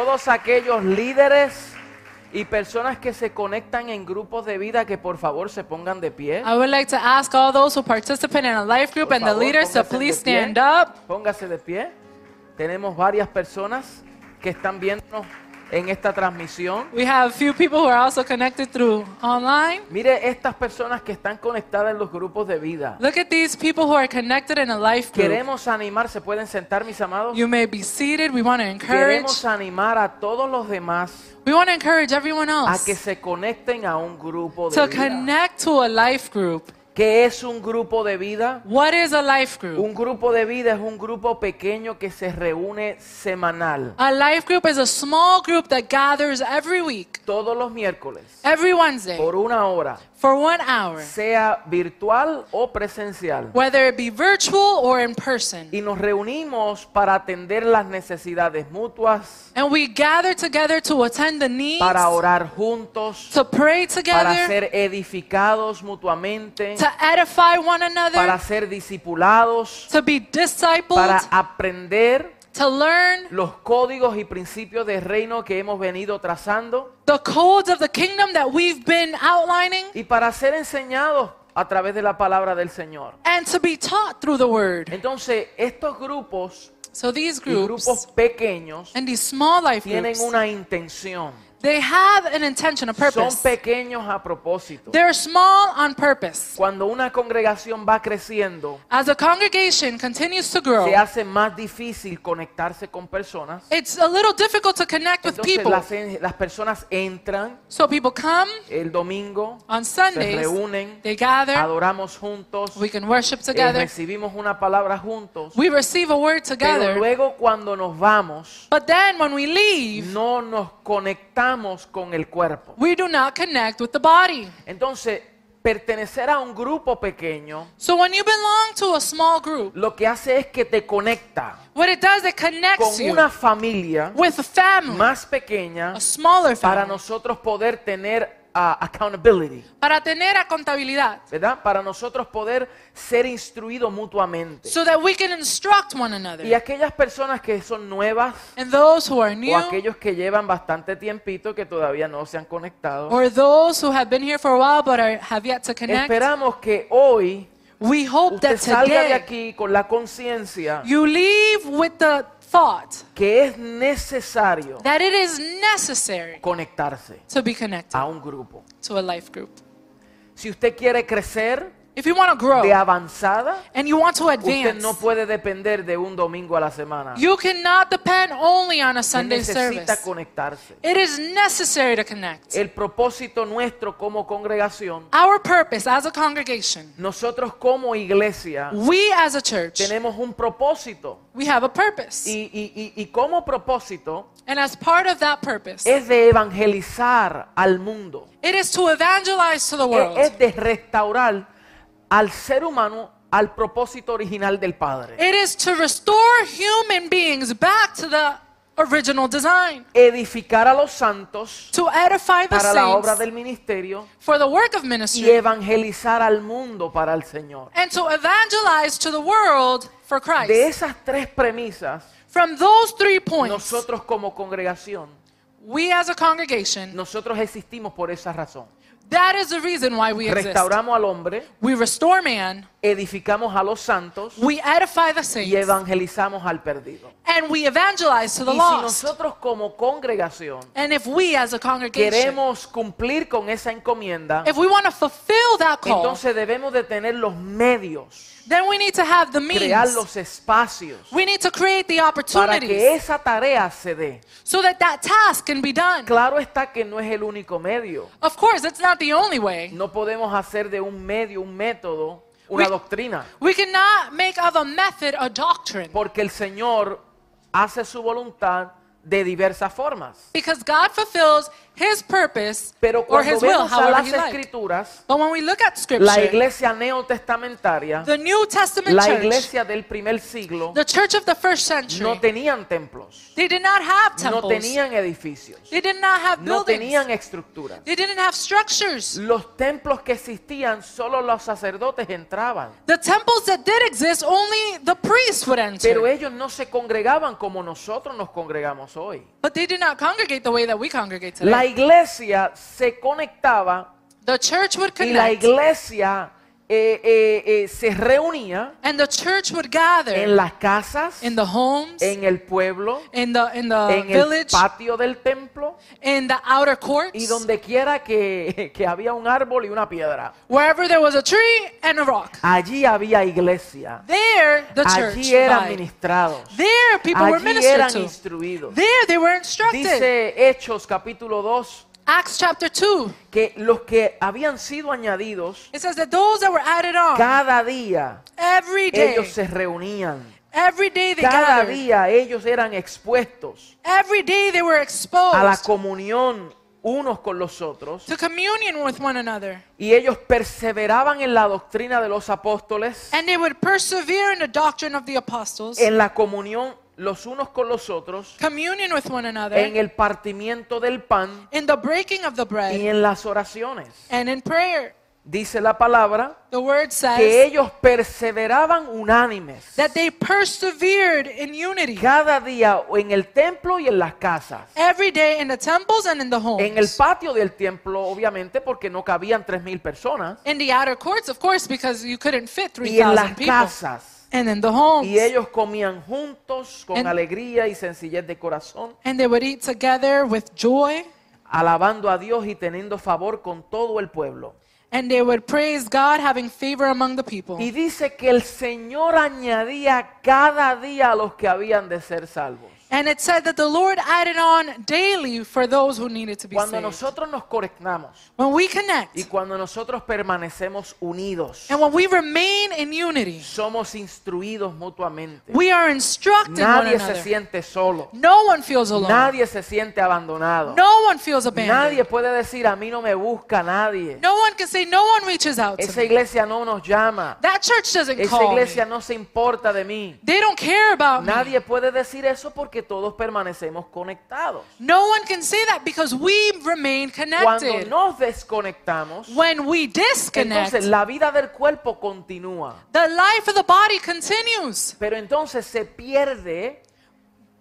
todos aquellos líderes y personas que se conectan en grupos de vida que por favor se pongan de pie. I would like to ask all those who participate in a life group Por and the favor, leaders to póngase de please pie. stand up. Póngase de pie. Tenemos varias personas que están viéndonos en esta transmisión. We have a few people who are also connected through online. Mire estas personas que están conectadas en los grupos de vida. Look at these people who are connected in a life group. Queremos animar, ¿se pueden sentar mis amados? You may be seated. We want to encourage. Queremos animar a todos los demás We want to encourage everyone a else que se conecten a un grupo de to vida. connect to a life group. ¿Qué es un grupo de vida? What is a life group? Un grupo de vida es un grupo pequeño que se reúne semanal, A life group is a small group that gathers every week, todos los miércoles, every Wednesday, por una hora, for one hour, sea virtual o presencial. whether it be virtual or in person. Y nos reunimos para atender las necesidades mutuas, And we gather together to attend the needs, para orar juntos, to pray para together, ser edificados mutuamente, to edify one para another, ser discipulados, to be para discipled, aprender to learn los códigos y principios de reino que hemos venido trazando the codes of the kingdom that we've been outlining, y para ser enseñados a través de la palabra del Señor. and to be taught through the word. Entonces, estos grupos So these y grupos groups pequeños and these small life tienen groups, una intención. they have an intention, a Son purpose. pequeños a propósito. They're small on purpose. Cuando una congregación va creciendo, As the congregation continues to se grow, hace más difícil conectarse con personas. it's a little difficult to connect with Entonces people. las, en- las personas entran So people come el domingo, on se Sundays, reúnen, they gather, adoramos juntos, we can worship eh, together, recibimos una palabra juntos. we receive a word Pero together. luego cuando nos vamos, But then when we leave, no nos conectamos con el cuerpo. we do not connect with the body. Entonces, pertenecer a un grupo pequeño So when you belong to a small group, lo que hace es que te conecta what it does, it con connects you una familia with a family, más pequeña a smaller para family, nosotros poder tener ah, accountability, para tener contabilidad, ¿verdad? Para nosotros poder ser instruidos mutuamente. so that we can instruct one Y another. aquellas personas que son nuevas And those who are o new, aquellos que llevan bastante tiempito que todavía no se han conectado, or those who have been here for a while but are, have yet to connect, esperamos que hoy we hope usted that salga de today aquí con la conciencia you leave with the thought que es necesario that it is necessary conectarse to be connected a un grupo. to a life group. Si usted quiere crecer If you want to de grow avanzada, and you want to usted advance, no puede depender de un domingo a la semana. you cannot depend only on a Usted Sunday necesita service. conectarse. It is necessary to connect. El propósito nuestro como congregación, Our purpose as a congregation, nosotros como iglesia, we as a church, tenemos un propósito. we have a purpose. Y, y- y- y como propósito And as part of that purpose, es de evangelizar al mundo. it is to evangelize to the Es, world. es de restaurar al ser humano al propósito original del Padre. It is to restore human beings back to the original design, Edificar a los santos to edify the para la obra saints del ministerio for the work of y ministry, evangelizar al mundo para el Señor. and to evangelize to the world for De Christ. esas tres premisas, From those three points, nosotros como congregación, we as a congregation, nosotros existimos por esa razón. that is the reason why we exist. Restauramos al hombre, We restore man, edificamos a los santos we edify the y saints, evangelizamos al perdido. and we evangelize to the Y si lost. nosotros como congregación And if we as a congregation, queremos cumplir con esa encomienda, if we want to fulfill that call, entonces debemos de tener los medios, then we need to have the crear means. los espacios We need to create the para que opportunities esa tarea se dé. so that that task can be done. Claro está que no es el único medio. Of course, it's not the only way. No podemos hacer de un medio, un método, We- una doctrina, We cannot make of a method a doctrine porque el Señor hace su voluntad de diversas formas. because God fulfills his purpose Pero or cuando his will, vemos a however las he liked. escrituras, But when we look at la scripture, iglesia neotestamentaria, the New Testament la church, iglesia del primer siglo, the church of the first no century, tenían templos, they did not have no temples. tenían edificios, They did not have no buildings. tenían estructuras. They didn't have structures. Los templos que existían, solo los sacerdotes entraban. The temples that did exist, only the priests would Pero enter. ellos no se congregaban como nosotros nos congregamos hoy. But they did not congregate the way that we congregate La today. iglesia se conectaba The church would y la connect, iglesia eh, eh, eh, se reunía and the church would gather en las casas, in the homes, en el pueblo, in the in the en el village, patio del templo in the outer y courts, donde quiera que, que había un árbol y una piedra. wherever there was a tree and a rock. Allí había iglesia. There, the church Allí eran abided. ministrados. There, people were Allí ministered eran to. instruidos. There, they were instructed. Dice Hechos capítulo 2 Acts chapter two. que los que habían sido añadidos, It says that those that were added on cada día every day, ellos se reunían. every day they Cada gathered. día ellos eran expuestos Every day they were a la exposed comunión unos con los otros to communion with one another. y ellos perseveraban en la doctrina de los apóstoles, And they would persevere in the doctrine of the apostles, en la comunión los unos con los otros, communion with one en another, el partimiento del pan in the breaking of the y bread, en las oraciones. and in prayer. Dice la palabra The word que says ellos perseveraban unánimes. that they persevered in unity cada día o en el templo y en las casas. every day in the temples and in the En el homes. patio del templo, obviamente, porque no cabían 3.000 personas. In the outer courts, of course, because you couldn't fit Y en las 3,000 people. casas. And in the homes. Y ellos comían juntos con En- alegría y sencillez de corazón, And they would eat together with joy, alabando a Dios y teniendo favor con todo el pueblo. and they would praise God, having favor among the people. Y dice que el Señor añadía cada día a los que habían de ser salvos. And it said that the Lord added on daily for those who needed to be Cuando saved. nosotros nos conectamos When we y connect cuando nosotros permanecemos unidos, and when we remain in unity, somos instruidos mutuamente. we are instructed one Nadie se another. siente solo. No one feels alone. Nadie se siente abandonado. No one feels Nadie abandoned. puede decir a mí no me busca nadie. No one can say no one reaches out to Esa me. iglesia no nos llama. That church doesn't Esa call me. iglesia no se importa de mí. They don't care about me. Nadie puede decir eso porque todos permanecemos conectados. No one can say that because we remain Cuando connected. nos desconectamos, When we entonces disconnect, la vida del cuerpo continúa, The life of the body continues. pero entonces se pierde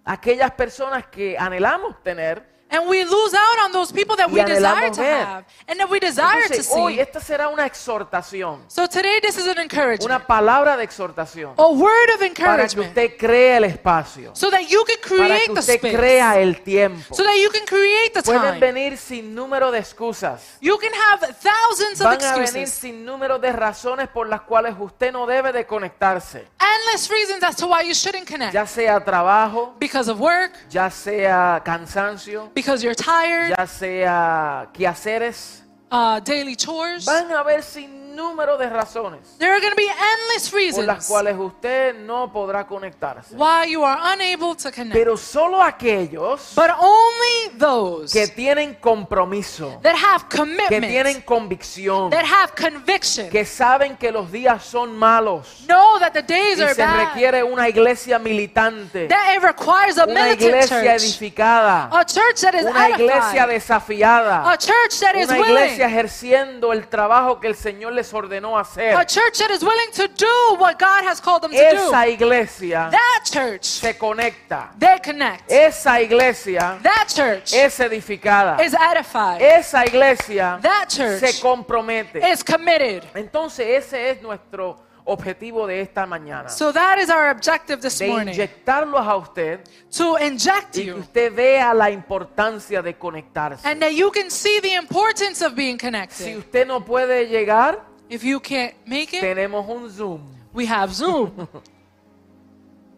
aquellas personas que anhelamos tener. And we lose out on those people that Y we desire anhelamos to ver. have and that we desire to Entonces, hoy see. esta será una exhortación, So today, this is an encouragement, una palabra de exhortación. a word of para que encouragement, usted cree el espacio, so that you can para create que the usted space, crea el tiempo. so that you can create the time. Pueden venir sin número de excusas. You can have thousands of Van a venir excuses, sin número de razones por las cuales usted no debe de conectarse, endless reasons as to why you shouldn't connect. ya sea trabajo, Because of work, ya sea cansancio, because you're tired, ya sea quehaceres. uh, daily chores. Van a haber sin número de razones There are going to be endless por las reasons cuales usted no podrá conectarse. why you are unable to connect. Pero solo aquellos But only those que tienen compromiso, that have que commitment, tienen convicción, that have conviction, que saben que los días son malos know that the days y are se bad, requiere una iglesia militante, that it requires a una militant iglesia church, edificada, a church that is una iglesia edified, desafiada, a church that is una iglesia willing, ejerciendo el trabajo que el Señor les ordenó a hacer. church that is willing to do Oh, what God has called them to do. Esa iglesia That church, se conecta, they connect. esa iglesia That church es edificada, is edified. esa iglesia That se church compromete. is committed. Entonces ese es nuestro objetivo de esta mañana, So that is our objective this de morning, inyectarlos a usted. to inject y que you usted vea la importancia de conectarse. and that you can see the importance of being Si connected. usted no puede llegar, If you can't make it, tenemos un Zoom. we have Zoom.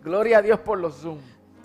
Gloria a Dios por los Zoom.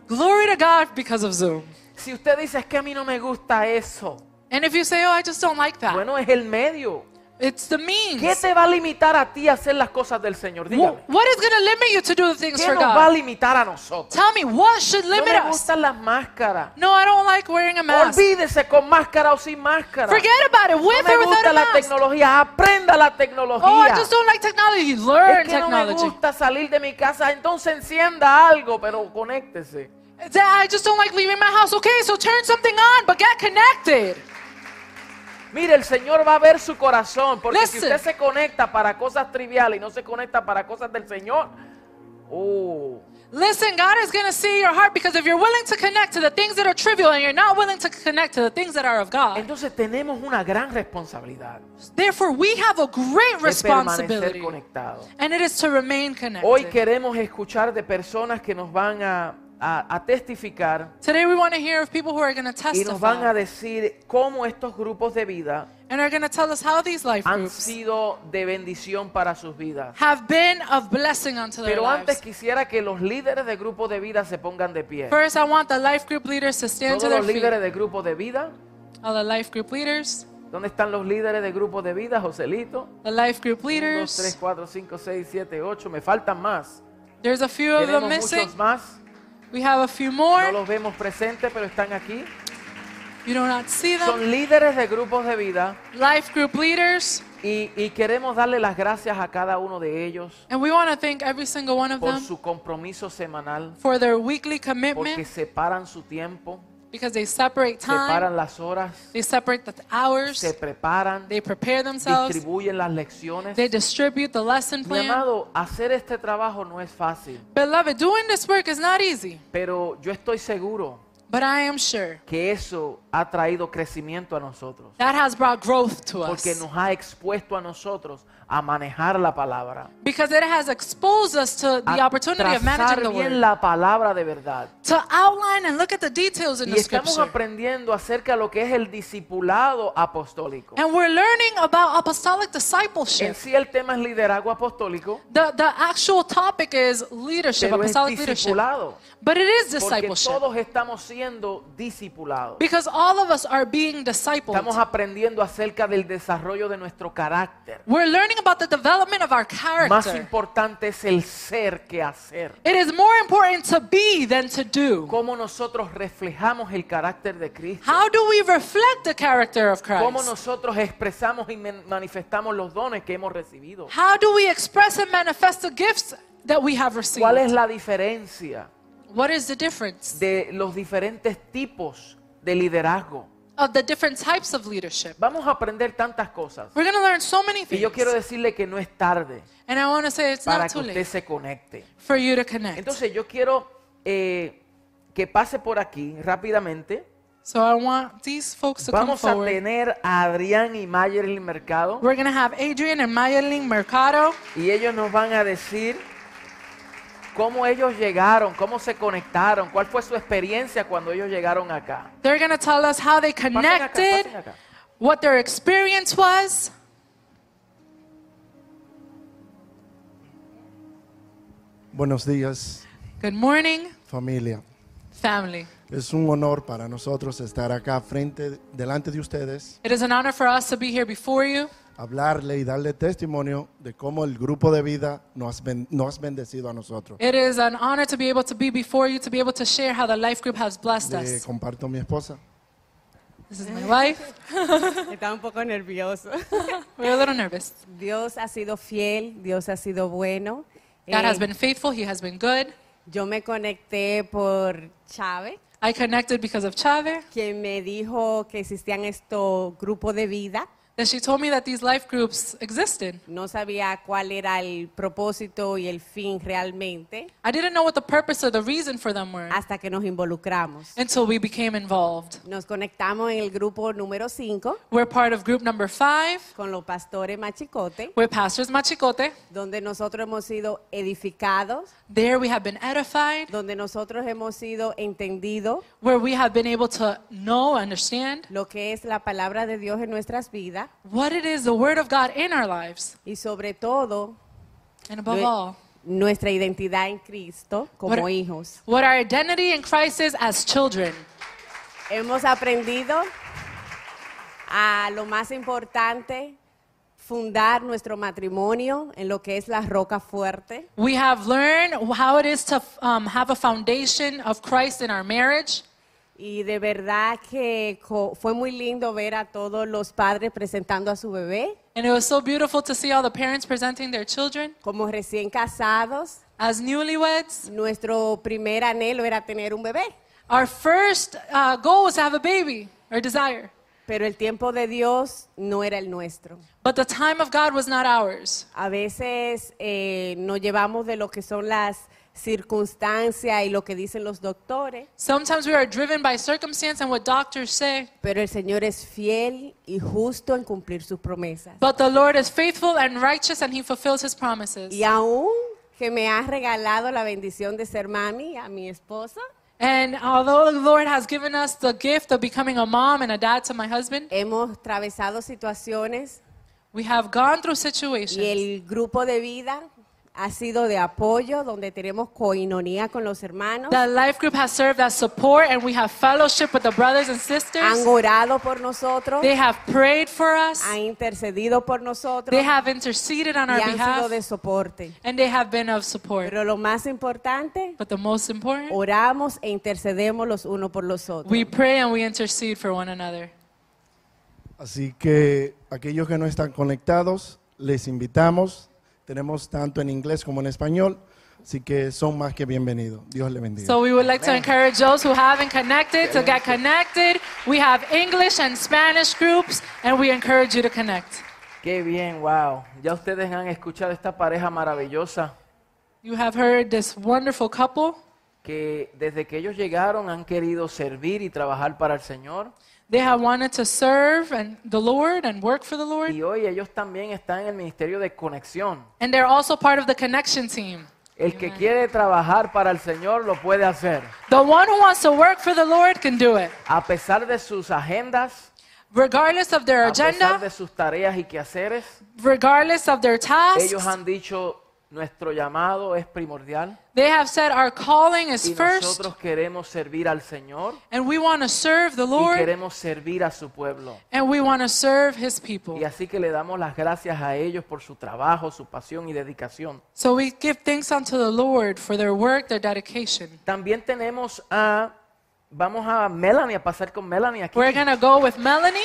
Glory to God because of Zoom. Si usted dice es que a mí no me gusta eso, And if you say, oh, I just don't like that, bueno, es el medio. It's the ¿Qué means. te va a limitar a ti a hacer las cosas del Señor? Dígame. Wh- What is going to limit you to do the things ¿Qué for nos va a God? limitar a nosotros? Tell me, what should No limit me us? gustan las máscaras. No, I don't like wearing a mask. Olvídese con máscara o sin máscara. Forget about it. No With me or without gusta a la mask. tecnología. Aprenda la tecnología. Oh, I just don't like technology. es Learn que no me technology. gusta salir de mi casa. Entonces encienda algo, pero conéctese. That I just don't like leaving my house. Okay, so turn something on, but get connected. Mire, el Señor va a ver su corazón, porque si Listen. usted se conecta para cosas triviales y no se conecta para cosas del Señor, oh, Listen, God is going to see your heart because if you're willing to connect to the things that are trivial and you're not willing to connect to the things that are of God, entonces tenemos una gran responsabilidad therefore we have a great de permanecer responsibility. conectados. And it is to remain Hoy connected. queremos escuchar de personas que nos van a, a- a testificar Today we want to hear of people who are going to y nos van a testify decir cómo estos grupos de vida and are going to tell us how these life han groups sido de bendición para sus vidas. have been of blessing unto their Pero antes lives. quisiera que los líderes de grupos de vida se pongan de pie. First, I want the life group leaders to stand Todos to their los feet. líderes de grupos de vida. All the life group leaders, ¿Dónde están los líderes de grupos de vida, Joselito? the life group 2, 3, leaders. 4, 5, 6, 7, 8. Me faltan más. There's a few of them Tenemos missing. muchos más. We have a few No more. los vemos presentes, pero están aquí. You do not see them. Son líderes de grupos de vida. Life group leaders. Y, y queremos darle las gracias a cada uno de ellos And we want to thank every single one of por them su compromiso semanal, for their weekly porque commitment separan su tiempo, because they separate time, separan las horas, they separate the hours, se preparan, they prepare themselves, distribuyen las lecciones. they distribute the lesson Mi plan. amado, hacer este trabajo no es fácil, Beloved, doing this work is not easy, pero yo estoy seguro but I am sure que eso ha traído crecimiento a nosotros, that has brought growth to porque us nos ha expuesto a nosotros a manejar la palabra, because it has exposed us to the a opportunity of managing trazar the word. bien la palabra de verdad. to outline and look at the details in Y the estamos scripture. aprendiendo acerca de lo que es el discipulado apostólico. And we're learning about apostolic En discipleship. sí el tema es liderazgo apostólico, The, the actual topic is leadership, pero es apostolic leadership. discipulado, But it is porque discipleship todos estamos siendo discipulados. because all of us are being Estamos discipled. aprendiendo acerca del desarrollo de nuestro carácter. We're learning about the development of our Más character. importante es el ser que hacer. It is more important to be than to do. Cómo nosotros reflejamos el carácter de Cristo. How do we reflect the character of Cómo Christ? nosotros expresamos y men- manifestamos los dones que hemos recibido. How do we express and manifest the gifts that we have ¿Cuál es received? la diferencia What is the difference de los diferentes tipos de liderazgo? of the different types of leadership? Vamos a aprender tantas cosas. We're going to learn so many Y things. yo quiero decirle que no es tarde And I want to say it's para not que too usted late se conecte. for you to connect. Entonces yo quiero eh, que pase por aquí rápidamente. So I want these folks to come Vamos a forward. tener a Adrián y Mayerlin Mercado We're going to have Adrian and Mayerling Mercado. y ellos nos van a decir cómo ellos llegaron, cómo se conectaron, cuál fue su experiencia cuando ellos llegaron acá. They're going to tell us how they Pasen acá, connected, pasen acá. what their experience was. Buenos días, Good morning, familia. family. Es un honor para nosotros estar acá frente, delante de ustedes, It is an honor for us to be here before you hablarle y darle testimonio de cómo el grupo de vida nos, ben- nos bendecido a nosotros. It is an honor to be able to be before you, to be able to share how the life group has blessed Le us. Eh, comparto a mi esposa. This is my wife. Estaba un poco nervioso. We're a little nervous. Dios ha sido fiel, Dios ha sido bueno. God Eh, has been faithful. He has been good. Yo me conecté por Chávez, I connected because of Chave. quien me dijo que existían estos grupos de vida. Then she told me that these life groups existed. No sabía cuál era el propósito y el fin realmente I didn't know what the purpose or the reason for them were hasta que nos involucramos. until we became involved. Nos conectamos en el grupo número 5 We're part of group number five con los pastores Machicote, with Pastors Machicote. donde nosotros hemos sido edificados, There we have been edified, donde nosotros hemos sido entendidos where we have been able to know, understand lo que es la palabra de Dios en nuestras vidas what it is the Word of God in our lives. y sobre todo And above nue- all, nuestra identidad en Cristo como What- hijos. what our identity in Christ is as children. Hemos aprendido a lo más importante fundar nuestro matrimonio en lo que es la roca fuerte. We have learned how it is to um, have a foundation of Christ in our marriage. Y de verdad que co- fue muy lindo ver a todos los padres presentando a su bebé And it was so beautiful to see all the parents presenting their children. como recién casados. As newlyweds, Nuestro primer anhelo era tener un bebé, our first uh, goal was to have a baby or desire. pero el tiempo de Dios no era el nuestro. But the time of God was not ours. A veces eh, nos llevamos de lo que son las circunstancias y lo que dicen los doctores, Sometimes we are driven by circumstance and what doctors say, pero el Señor es fiel y justo en cumplir sus promesas. but the Lord is faithful and righteous and he fulfills his promises. Y aún que me ha regalado la bendición de ser mami a mi esposo, And although the Lord has given us the gift of becoming a mom and a dad to my husband, hemos atravesado situaciones we have gone through situations. y el grupo de vida ha sido de apoyo, donde tenemos coinonía con los hermanos. That life group has served as support and we have fellowship with the brothers and Han sisters. orado por nosotros, They have prayed for us. han intercedido por nosotros They have interceded on y our han sido behalf de soporte. and they have been of support. Pero lo más importante, But the most important, oramos e intercedemos los unos por los otros. we pray and we intercede for one another. Así que aquellos que no están conectados, les invitamos. Tenemos tanto en inglés como en español. Así que son más que bienvenidos. Dios les bendiga. So we would like to encourage those who haven't connected to get connected. We have English and Spanish groups and we encourage you to connect. Qué bien, wow. Ya ustedes han escuchado esta pareja maravillosa You have heard this wonderful couple. que desde que ellos llegaron han querido servir y trabajar para el Señor. They have wanted to serve and the Lord and work for the Lord. Y hoy ellos también están en el Ministerio de Conexión. And they're also part of the connection team. El que quiere trabajar para el Señor lo puede hacer. The one who wants to work for the Lord can do it, A pesar de sus agendas, regardless of their a pesar agenda, de sus tareas y quehaceres, regardless of their ellos tasks. han dicho nuestro llamado es primordial They have said our calling is y first, nosotros queremos servir al Señor and we want to serve the y Lord, queremos servir a su pueblo. and we want to serve His Y people. así que le damos las gracias a ellos por su trabajo, su pasión y dedicación. So we give thanks unto the Lord for their work, their dedication. También tenemos a, vamos a Melanie, a pasar con Melanie aquí. We're gonna go with Melanie.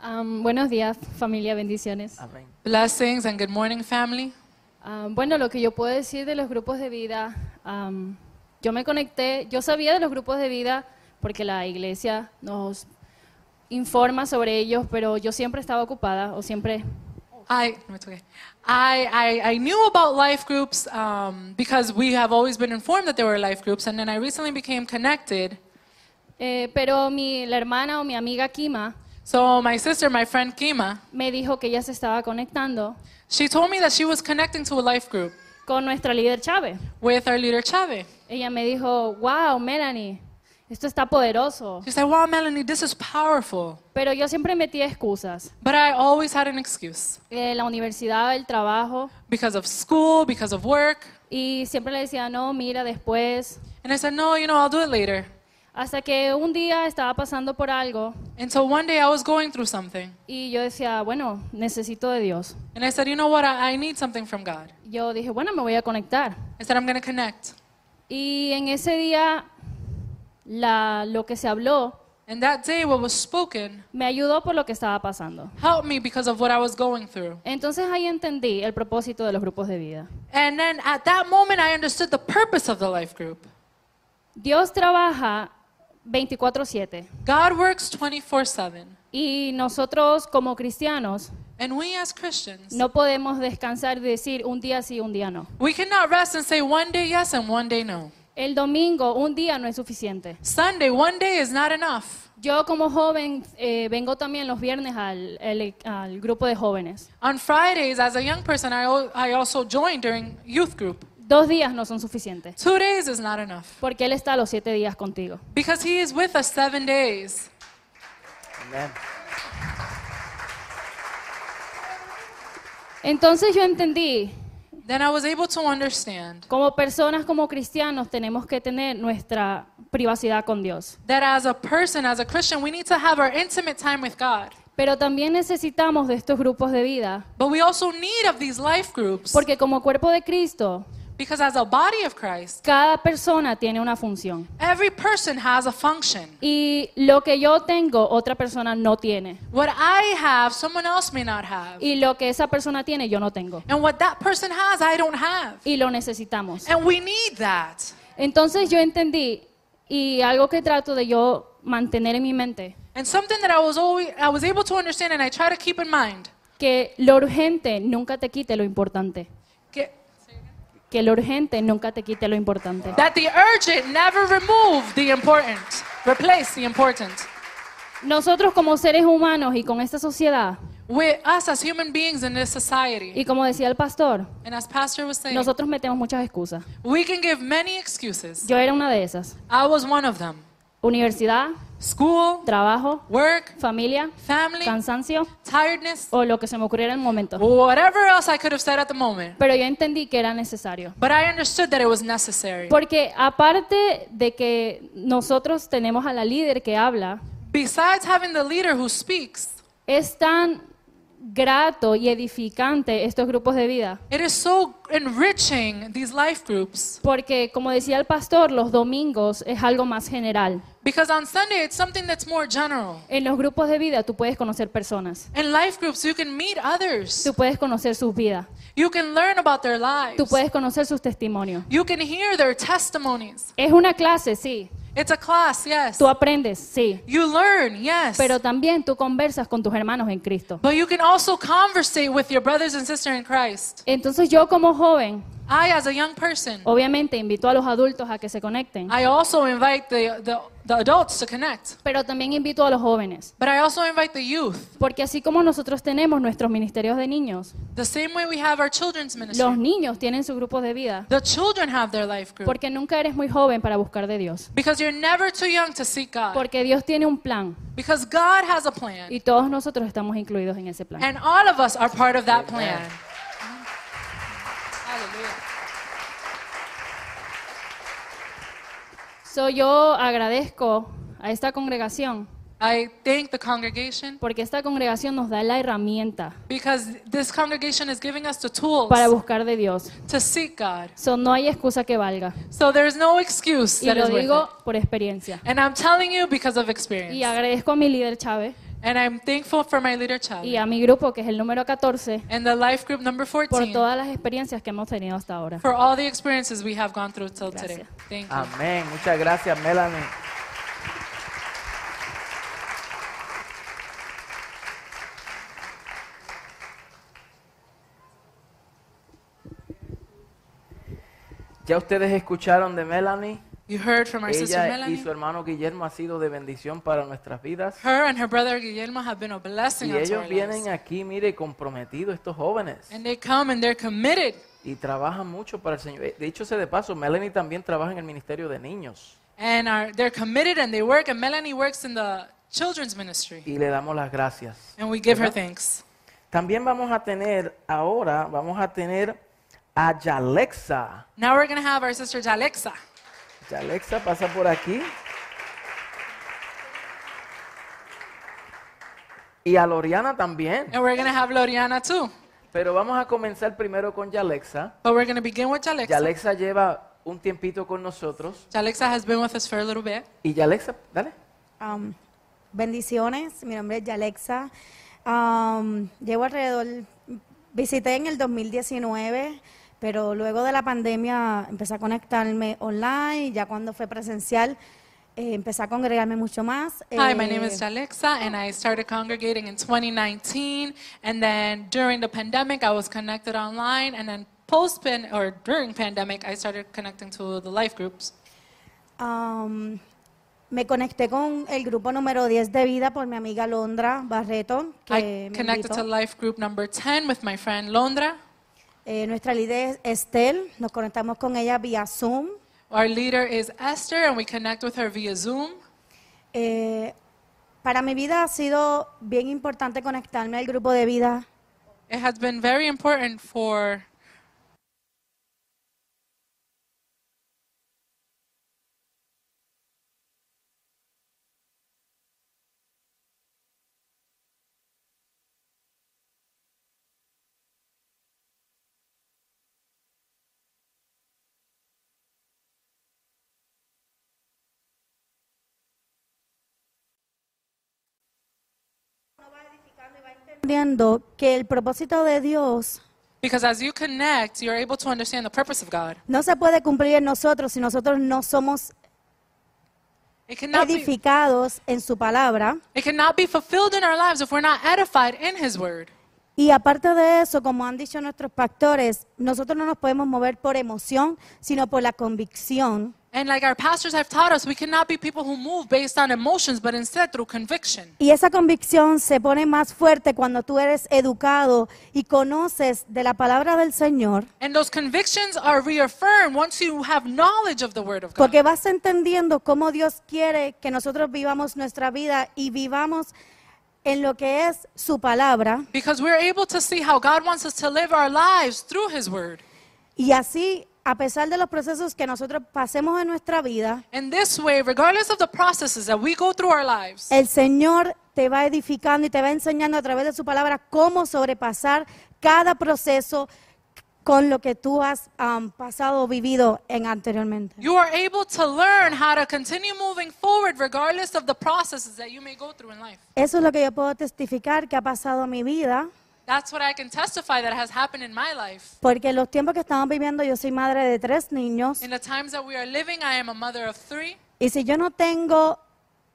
Am, buenos días, familia, bendiciones. Amén. Blessings and good morning, family. Am, bueno, lo que yo puedo decir de los grupos de vida, am, yo me conecté, yo sabía de los grupos de vida porque la iglesia nos informa sobre ellos, pero yo siempre estaba ocupada o siempre I, no, it's okay. I, I, I knew about life groups um, because we have always been informed that there were life groups, and then I recently became connected. eh, pero mi, la hermana o mi amiga Kima So my sister, my friend Kima, me dijo que ella se estaba conectando she told me that she was connecting to a life group con nuestra líder Chávez. with our leader Chave. Ella me dijo, wow, Melanie, esto está poderoso. She said, "Wow, Melanie, this is powerful." Pero yo siempre metía excusas. But I always had an excuse Eh, la universidad, el trabajo, because of school, because of work, y siempre le decía, no, mira, después. and I said, "No, you know, I'll do it later." Hasta que un día estaba pasando por algo Until one day I was going through something, y yo decía, bueno, necesito de Dios. and I said, "You know what? I, I need something from God." Yo dije, bueno, me voy a conectar. I said, "I'm going to connect." Y en ese día, la, lo que se habló And that day, what was spoken me ayudó por lo que estaba pasando. helped me because of what I was going through. Entonces ahí entendí el propósito de los grupos de vida. And then at that moment, I understood the purpose of the life group. Dios trabaja 24/7 God works 24 7. y nosotros como cristianos And we as Christians, no podemos descansar y decir un día sí, un día no. we cannot rest and say one day yes and one day no. El domingo, un día no es suficiente. Sunday, one day is not enough. Yo como joven eh, vengo también los viernes al, al- al grupo de jóvenes. On Fridays, as a young person, I, al- I also joined during youth group. Dos días no son suficientes, Two days is not enough porque Él está los siete días contigo. because He is with us seven days. Amén. Entonces yo entendí Then I was able to understand Como personas, como cristianos, tenemos que tener nuestra privacidad con Dios. that as a person, as a Christian, we need to have our intimate time with God. Pero también necesitamos de estos grupos de vida. But we also need of these life groups Porque como cuerpo de Cristo, because as a body of Christ, cada persona tiene una función. every person has a function. Y lo que yo tengo, otra persona no tiene. What I have, someone else may not have. Y lo que esa persona tiene, yo no tengo. And what that person has, I don't have. Y lo necesitamos. And we need that. Entonces yo entendí, y algo que trato de yo mantener en mi mente, And something that I was always I was able to understand and I try to keep in mind. que lo urgente nunca te quite lo importante. que- Que lo urgente nunca te quite lo importante. That the urgent never remove the important, replace the important. Nosotros como seres humanos y con esta sociedad, With us as human beings in this society, y como decía el pastor, and as Pastor was saying, nosotros metemos muchas excusas. we can give many excuses. Yo era una de esas. I was one of them. Universidad, School, trabajo, work, familia, family, cansancio tiredness, o lo que se me ocurriera en el momento. whatever else I could have said at the moment. Pero yo entendí que era necesario. But I understood that it was necessary. Porque aparte de que nosotros tenemos a la líder que habla, Besides having the leader who speaks, es tan grato y edificante estos grupos de vida. it is so enriching these life groups Porque como decía el pastor, los domingos es algo más general. because on Sunday it's something that's more general. En los grupos de vida tú puedes conocer personas, In life groups, you can meet others. tú puedes conocer sus vidas, You can learn about their lives. tú puedes conocer sus testimonios. You can hear their testimonies. Es una clase, sí. It's a class, yes. Tú aprendes, sí. You learn, yes. Pero también tú conversas con tus hermanos en Cristo. But you can also conversate with your brothers and sisters in Christ. Entonces yo como joven, I, as a young person, obviamente invito a los adultos a que se conecten, I also invite the, the, the adults to connect. pero también invito a los jóvenes. But I also invite the youth. Porque así como nosotros tenemos nuestros ministerios de niños, The same way we have our children's ministry. los niños tienen su grupo de vida. The children have their life group. Porque nunca eres muy joven para buscar de Dios. Because you're never too young to seek God. Porque Dios tiene un plan Because God has a plan. y todos nosotros estamos incluidos en ese plan. And all of us are part of that plan. So, yo agradezco a esta congregación I thank the congregation porque esta congregación nos da la herramienta because this congregation is giving us the tools para buscar de Dios. to seek God. So, no hay excusa que valga. So there's no excuse Y that lo is with digo it. por experiencia. And I'm telling you because of Y experience. agradezco a mi líder Chávez And I'm thankful for my leader, Chad, y a mi grupo, que es el número 14, and the life group number por 14 todas las experiencias que hemos tenido hasta ahora. for all the experiences we have gone through till today. Gracias. Thank you. Amén. Muchas gracias, Melanie. Ya ustedes escucharon de Melanie. You heard from our sister Ella y Melanie. su hermano Guillermo ha sido de bendición para nuestras vidas. Her and her brother Guillermo have been a blessing Y unto ellos our lives. vienen aquí, mire, comprometidos estos jóvenes. And they come and they're committed. Y trabajan mucho para el Señor. Eh, Dicho sea de paso, Melanie también trabaja en el Ministerio de Niños. And are, they're committed and they work. And Melanie works in the children's ministry. Y le damos las gracias. And we give her thanks. También vamos a tener, ahora vamos a tener a Yalexa. Now we're going to have our sister Jalexa. Yalexa pasa por aquí. Y a Loriana también. And we're going to have Loriana too. Pero vamos a comenzar primero con Yalexa. But we're going to begin with Jalexa. Yalexa lleva un tiempito con nosotros. Jalexa has been with us for a little bit. Y Yalexa, dale. Um, bendiciones, mi nombre es Yalexa. Um, llevo alrededor, visité en el 2019, pero luego de la pandemia empecé a conectarme online y ya cuando fue presencial eh, empecé a congregarme mucho más. Hi, Eh, my name is Jalexa, and I started congregating in 2019. And then during the pandemic, I was connected online. And then post pan or during pandemic, I started connecting to the life groups. Um, me conecté con el grupo número 10 de vida por mi amiga Londra Barreto, que I me connected invitó. to life group number 10 with my friend Londra. Eh, nuestra líder es Estel, nos conectamos con ella vía Zoom. Our leader is Esther, and we connect with her via Zoom. Eh, para mi vida ha sido bien importante conectarme al grupo de vida It has been very important for entendiendo que el propósito de Dios Because as you connect, you're able to understand the purpose of God. no se puede cumplir en nosotros si nosotros no somos It cannot, be, edificados en su palabra. it cannot be fulfilled in our lives if we're not edified in His Word. Y aparte de eso, como han dicho nuestros pastores, nosotros no nos podemos mover por emoción, sino por la convicción. And like our pastors have taught us, we cannot be people who move based on emotions, but instead through conviction. Y esa convicción se pone más fuerte cuando tú eres educado y conoces de la palabra del Señor, And those convictions are reaffirmed once you have knowledge of the Word of God. porque vas entendiendo cómo Dios quiere que nosotros vivamos nuestra vida y vivamos en lo que es su palabra. Because we're able to see how God wants us to live our lives through His Word. Y así, a pesar de los procesos que nosotros pasemos en nuestra vida, And this way, regardless of the processes that we go through our lives, El Señor te va edificando y te va enseñando a través de su palabra cómo sobrepasar cada proceso con lo que tú has am, pasado o vivido en anteriormente. you are able to learn how to continue moving forward regardless of the processes that you may go through in life. Eso es lo que yo puedo testificar que ha pasado en mi vida, That's what I can testify that has happened in my life. porque en los tiempos que estamos viviendo yo soy madre de tres niños In the times that we are living, I am a mother of three. y si yo no tengo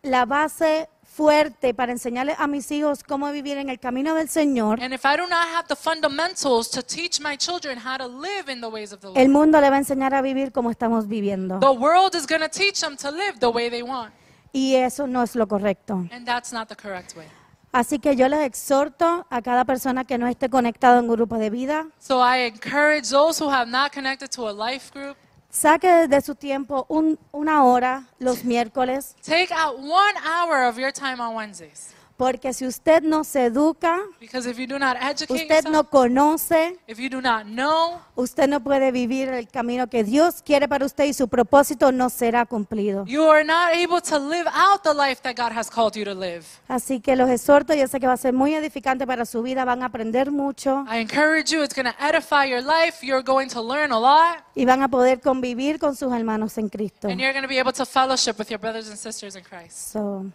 la base fuerte para enseñarles a mis hijos cómo vivir en el camino del Señor, And if I do not have the fundamentals to teach my children how to live in the ways of the el Lord, mundo le va a enseñar a vivir como estamos viviendo. the world is going to teach them to live the way they want. Y eso no es lo correcto. And that's not the correct way. Así que yo les exhorto a cada persona que no esté conectado en grupo de vida, So I encourage those who have not connected to a life group, saque de su tiempo un- una hora los miércoles, take out one hour of your time on Wednesdays. porque si usted no se educa, Because if you do not educate usted yourself, no conoce, if you do not know, usted no puede vivir el camino que Dios quiere para usted y su propósito no será cumplido. you are not able to live out the life that God has called you to live. Así que los exhorto, yo sé que va a ser muy edificante para su vida, van a aprender mucho I encourage you, it's going to edify your life. You're going to learn a lot, y van a poder convivir con sus hermanos en Cristo. and you're going to be able to fellowship with your brothers and sisters in Christ. So,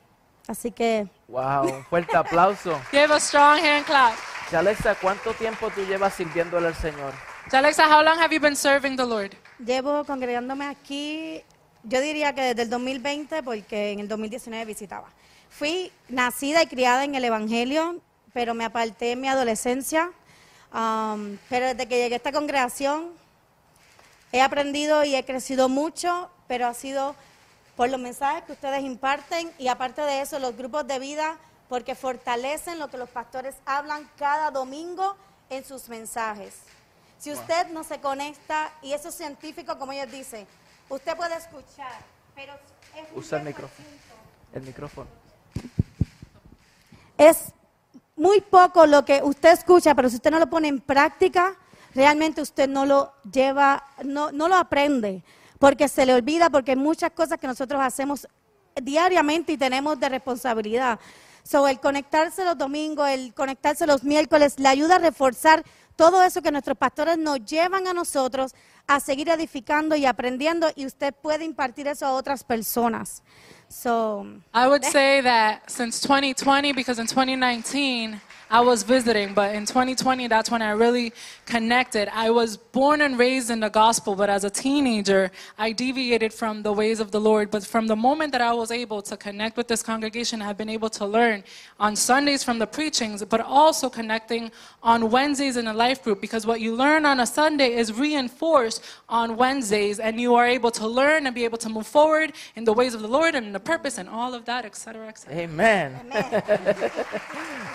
así que Wow, un fuerte aplauso. Give a strong hand clap. Alexa, ¿cuánto tiempo tú llevas sirviéndole al Señor? Jalexa, how long have you been serving the Lord? Llevo congregándome aquí, yo diría que desde el 2020, porque en el 2019 visitaba. Fui nacida y criada en el Evangelio, pero me aparté en mi adolescencia. Am, Um, pero desde que llegué a esta congregación, he aprendido y he crecido mucho, pero ha sido por los mensajes que ustedes imparten y aparte de eso, los grupos de vida, porque fortalecen lo que los pastores hablan cada domingo en sus mensajes. Si usted no se conecta, y eso es científico, como ellos dicen, usted puede escuchar, pero es un Usa el tiempo micrófono. El micrófono. es muy poco lo que usted escucha, pero si usted no lo pone en práctica, realmente usted no lo lleva, no, no lo aprende, porque se le olvida, porque hay muchas cosas que nosotros hacemos diariamente y tenemos de responsabilidad. So, el conectarse los domingos, el conectarse los miércoles, le ayuda a reforzar todo eso que nuestros pastores nos llevan a nosotros a seguir edificando y aprendiendo, y usted puede impartir eso a otras personas. So, I would say that since 2020, because in 2019, I was visiting, but in 2020, that's when I really connected. I was born and raised in the gospel, but as a teenager, I deviated from the ways of the Lord. But from the moment that I was able to connect with this congregation, I've been able to learn on Sundays from the preachings, but also connecting on Wednesdays in a life group, because what you learn on a Sunday is reinforced on Wednesdays, and you are able to learn and be able to move forward in the ways of the Lord and in the purpose and all of that, etc., cetera, etc. Cetera. Amén.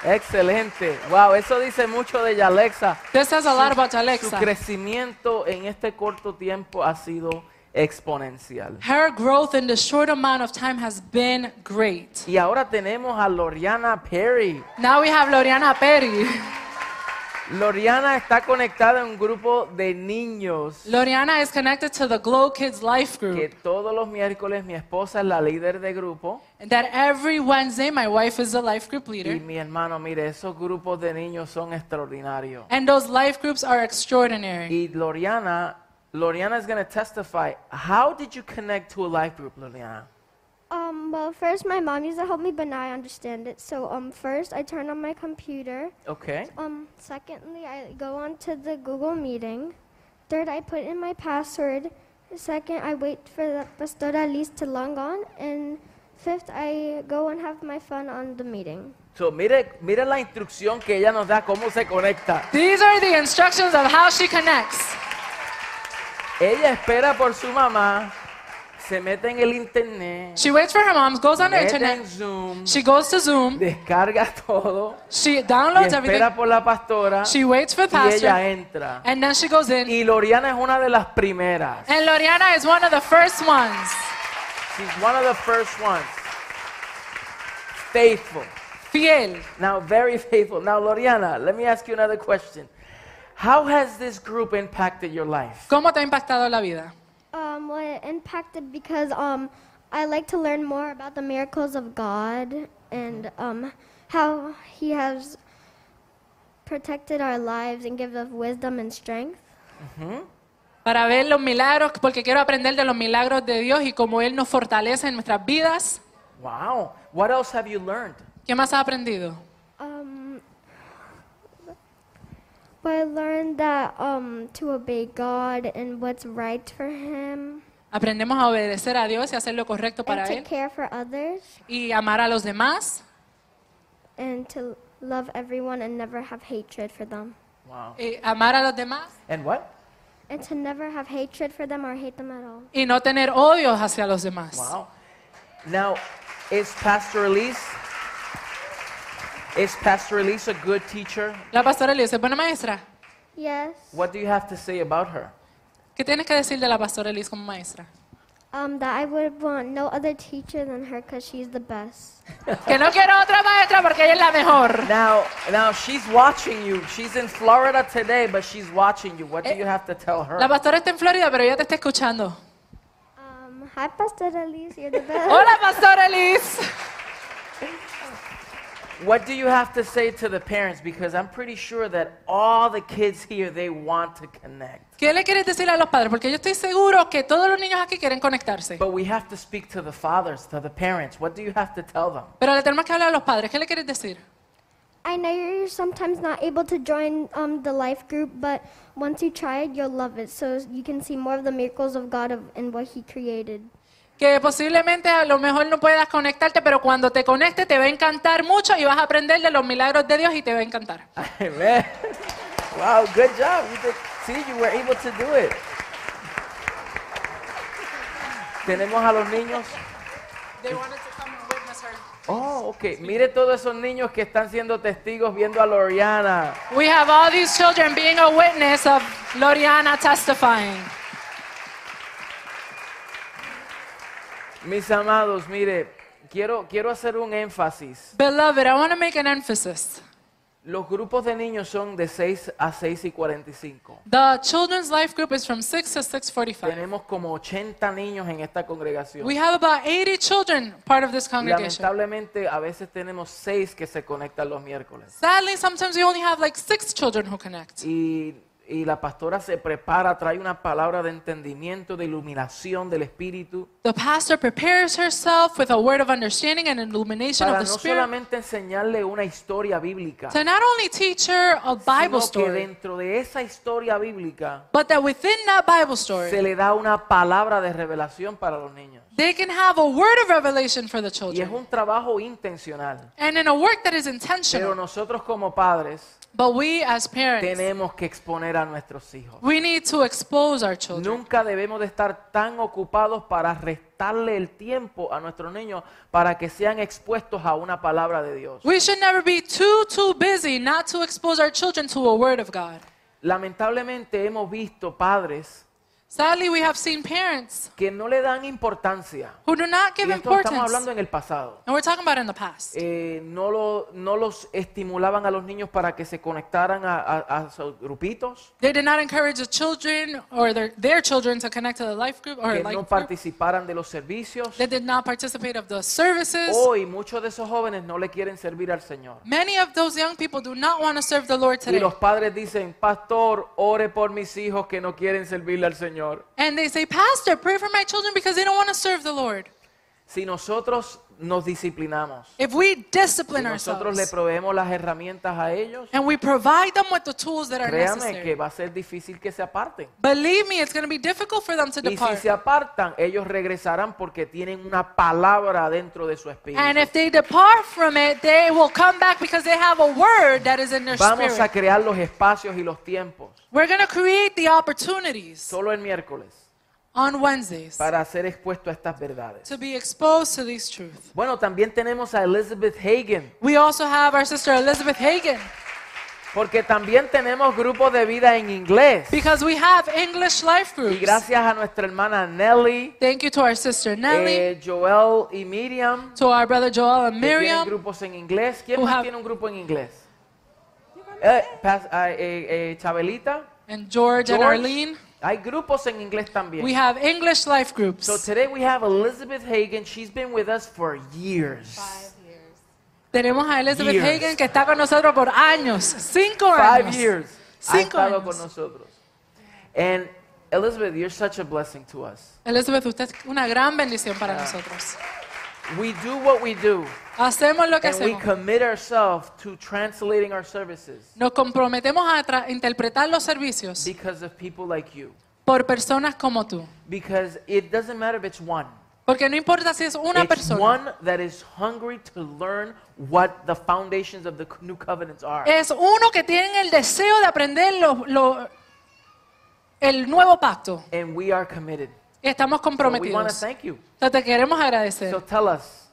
Excelente. Wow, eso dice mucho de ella, Alexa. This says a lot about Su Alexa. crecimiento en este corto tiempo ha sido exponencial. Her growth in the short amount of time has been great. Y ahora tenemos a Loriana Perry. Now we have Loriana Perry. Loriana está conectada a un grupo de niños Loriana is connected to the Glow Kids Life que Group. todos los miércoles mi esposa es la líder de grupo And that every Wednesday, my wife is the life group y leader. mi hermano, mire, esos grupos de niños son extraordinarios. And those life groups are extraordinary. Y Loriana, Loriana is going to testify. How did you connect to a life group, Loriana? Um, well, first my mom used to help me, but now I understand it. So, um, first I turn on my computer. Ok. Um, secondly, I go on to the Google meeting. Third, I put in my password. Second, I wait for the pastora list to log on. And fifth, I go and have my fun on the meeting. So, mire, mire la instrucción que ella nos da, cómo se conecta. These are the instructions of how she connects. Ella espera por su mamá, se mete en el internet, She waits for her mom, goes on the mete en internet, Zoom, she goes to Zoom, descarga todo, she y downloads everything, espera por la pastora she waits for the y ella pastor, entra. and then she goes in. Y Loriana es una de las primeras. And Loriana is one of the first ones. She's one of the first ones. Faithful. Fiel. Now, very faithful. Now, Loriana, let me ask you another question. How has this group impacted your life? ¿Cómo te ha impactado la vida? Um, well, it impacted because um, I like to learn more about the miracles of God and um, how He has protected our lives and give us wisdom and strength. Para ver los milagros, porque quiero aprender de los milagros de Dios y cómo Él nos fortalece en nuestras vidas. Wow. What else have you learned? ¿Qué más has aprendido? Um, but I learned that um, to obey God and what's right for Him Aprendemos a obedecer a Dios y hacer lo correcto para and to Él care for others y amar a los demás and to love everyone and never have hatred for them. Wow. y Eh, amar a los demás And what? And to never have hatred for them or hate them at all. y no tener odios hacia los demás. Wow. Now, is Pastor Elise is Pastor Elise a good teacher? La pastora Elise es buena maestra. Yes. What do you have to say about her? ¿Qué tienes que decir de la pastora Elise como maestra? Um, that I would want no other teacher than her because she's the best. Que no quiero otra maestra porque ella es la mejor. Now, now she's watching you. She's in Florida today, but she's watching you. What do you have to tell Eh, La her? pastora está en Florida, pero ella te está escuchando. Um, hi, Pastor Elise, you're the best. Hola, pastora Elise. What do you have to say to the parents? Because I'm pretty sure that all the kids here they want to connect, ¿Qué le quieres decir a los padres? Porque yo estoy seguro que todos los niños aquí quieren conectarse. but we have to speak to the fathers, to the parents. What do you have to tell them? Pero le tenemos que hablar a los padres. ¿Qué le quieres decir? I know you're sometimes not able to join um, the life group, but once you try it, you'll love it. So you can see more of the miracles of God of, and what He created. Que posiblemente a lo mejor no puedas conectarte, pero cuando te conectes te va a encantar mucho y vas a aprender de los milagros de Dios y te va a encantar. Amen. wow, good job. You did, see, you were able to do it. Tenemos a los niños. Oh, ok. Mire todos esos niños que están siendo testigos viendo a Loriana. We have all these children being a witness of Loriana testifying. Mis amados, mire, quiero, quiero hacer un énfasis. Beloved, I want to make an emphasis. Los grupos de niños son de 6 a 6 y 45. The children's life group is from 6 to 6:45. Tenemos como 80 niños en esta congregación. We have about 80 children part of this congregation. Lamentablemente, a veces tenemos 6 que se conectan los miércoles. Sadly, sometimes we only have like 6 children who connect. Y, y la pastora se prepara, trae una palabra de entendimiento, de iluminación del Espíritu, The pastor prepares herself with a word of understanding and illumination para of no the spirit solamente enseñarle una historia bíblica, to not only teach her a Bible sino que story, dentro de esa historia bíblica but that within that Bible se story, le da una palabra de revelación para los niños. they can have a word of revelation for the Y es children. un trabajo intencional. And in a work that is Pero intentional. nosotros como padres But we as parents, tenemos que exponer a nuestros hijos. we need to expose our children. Nunca debemos de estar tan ocupados para restarle el tiempo a nuestros niños para que sean expuestos a una palabra de Dios. We should never be too, too busy not to expose our children to a word of God. Lamentablemente hemos visto padres Sadly, we have seen parents que no le dan importancia. who do not give Y esto estamos importance. hablando en el pasado. And we're talking about in the past. Eh, no, lo- no los estimulaban a los niños para que se conectaran a, a- a sus grupitos, They did not encourage the children or their, their children to connect to the life group or que life no group. participaran de los servicios. They did not participate of the services. Hoy muchos de esos jóvenes no le quieren servir al Señor. Many of those young people do not want to serve the Lord Y today. los padres dicen, pastor, ore por mis hijos que no quieren servirle al Señor. And they say, Pastor, pray for my children because they don't want to serve the Lord. si nosotros nos disciplinamos, If we si discipline nosotros le ourselves proveemos las herramientas a ellos, and we provide them with the tools that are créame que necessary, va a ser difícil que se aparten. believe me, it's going to be difficult for them to Y si depart. se apartan, ellos regresarán porque tienen una palabra dentro de su espíritu. And if they depart from it, they will come back because they have a word that is in their Vamos a spirit. crear los espacios y los tiempos We're going to create the opportunities solo el miércoles on Wednesdays para ser expuesto a estas verdades. to be exposed to these truths. Bueno, también tenemos a Elizabeth Hagen, We also have our sister Elizabeth Hagen porque también tenemos grupos de vida en inglés. because we have English life Y groups. gracias a nuestra hermana Nelly, Thank you to our sister Nelly, eh, Joel y Miriam, to our brother Joel and que tienen Miriam. grupos en inglés. ¿Quién who más have- tiene un grupo en inglés? Eh, pas- ah, eh, eh, Chabelita. And George, and George. Arlene, Hay grupos en inglés también. we have English life groups. So today we have Elizabeth Hagen. She's been with us for years. Tenemos a Elizabeth Years. Hagen que está con nosotros por años, cinco Five años. years. Ha Cinco estado años. con nosotros. And Elizabeth, you're such a blessing to us. Elizabeth, usted es una gran bendición para nosotros. We do what we do, Hacemos lo que and we hacemos. commit ourselves to translating our services Nos comprometemos a tra- interpretar los servicios because of people like you. por personas como tú. Because it doesn't matter if it's one. Porque no importa si es una it's persona, one that is hungry to learn what the foundations of the c- new covenants are. es uno que tiene el deseo de aprender lo- lo- el nuevo pacto. and we are committed. Y estamos So we want to comprometidos. thank you. Entonces, te queremos So agradecer. tell us,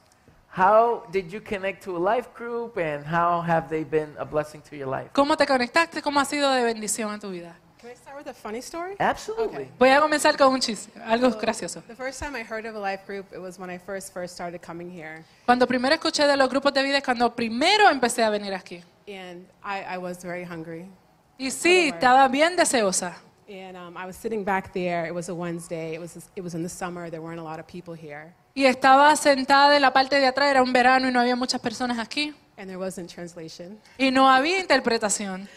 how did you connect to a life group and how have they been a blessing to your life? ¿Cómo te conectaste? ¿Cómo ha sido de bendición en tu vida? Can I start with a funny story? Absolutely. Voy a comenzar con un chiste, algo gracioso. The first time I heard of a life group, it was when I first first started coming here, Cuando primero escuché de los grupos de vida es cuando primero empecé a venir aquí. and I, I was very hungry. Y sí, estaba bien deseosa. And um, I was sitting back there. It was a Wednesday. It was it was in the summer. There weren't a lot of people here, Y estaba sentada en la parte de atrás, era un verano y no había muchas personas aquí. and there wasn't translation. Y no había interpretación.